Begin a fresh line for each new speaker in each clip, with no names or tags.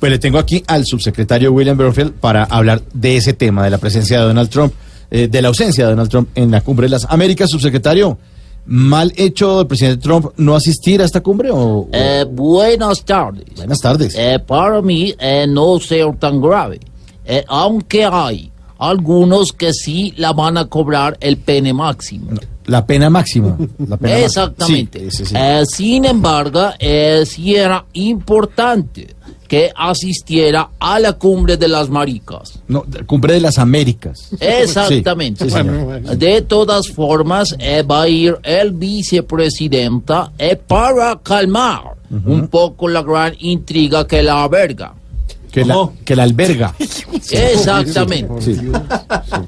Pues le tengo aquí al subsecretario William Bronfield para hablar de ese tema, de la presencia de Donald Trump, eh, de la ausencia de Donald Trump en la cumbre de las Américas. Subsecretario, ¿mal hecho el presidente Trump no asistir a esta cumbre? O, o-
Eh, buenas tardes.
Buenas tardes.
Eh, para mí eh, no sea tan grave, Eh, aunque hay algunos que sí la van a cobrar el pene máximo.
La pena máxima. la pena máxima.
Exactamente.
Sí, sí, sí.
Eh, sin embargo, eh, sí era importante que asistiera a la cumbre de las maricas.
No, de- cumbre de las Américas.
Exactamente.
Sí, sí, señor.
De todas formas, eh, va a ir el vicepresidenta eh, para calmar un poco la gran intriga que la alberga.
Que, la, que la alberga.
Exactamente.
Sí.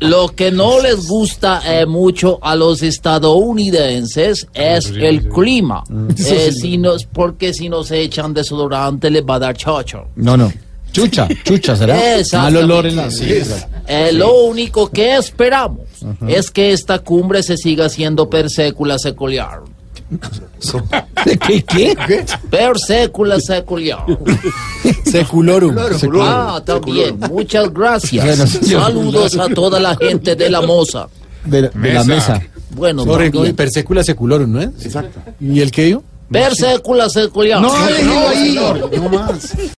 Lo que no les gusta eh, mucho a los estadounidenses
Ah,
es el clima.
Mm.
Eh, si nos- porque si no se echan desodorante les va a dar chocho.
No, no. Chucha, chucha, ¿será? Mal
Exactamente.
olor en la... sí,
Eh, Lo único que esperamos es que esta cumbre se siga haciendo persécula secular.
¿Qué? ¿Qué?
Persécula secular.
Seculorum. Seculorum.
Ah, también. Muchas
Bueno,
gracias.
señor.
Saludos a toda la gente de la moza.
De, la- de la mesa.
Bueno,
Correcto,
también.
y persecula seculorum, ¿no es? Exacto. ¿Y el qué dijo?
Versículo secular.
No, déjelo ahí.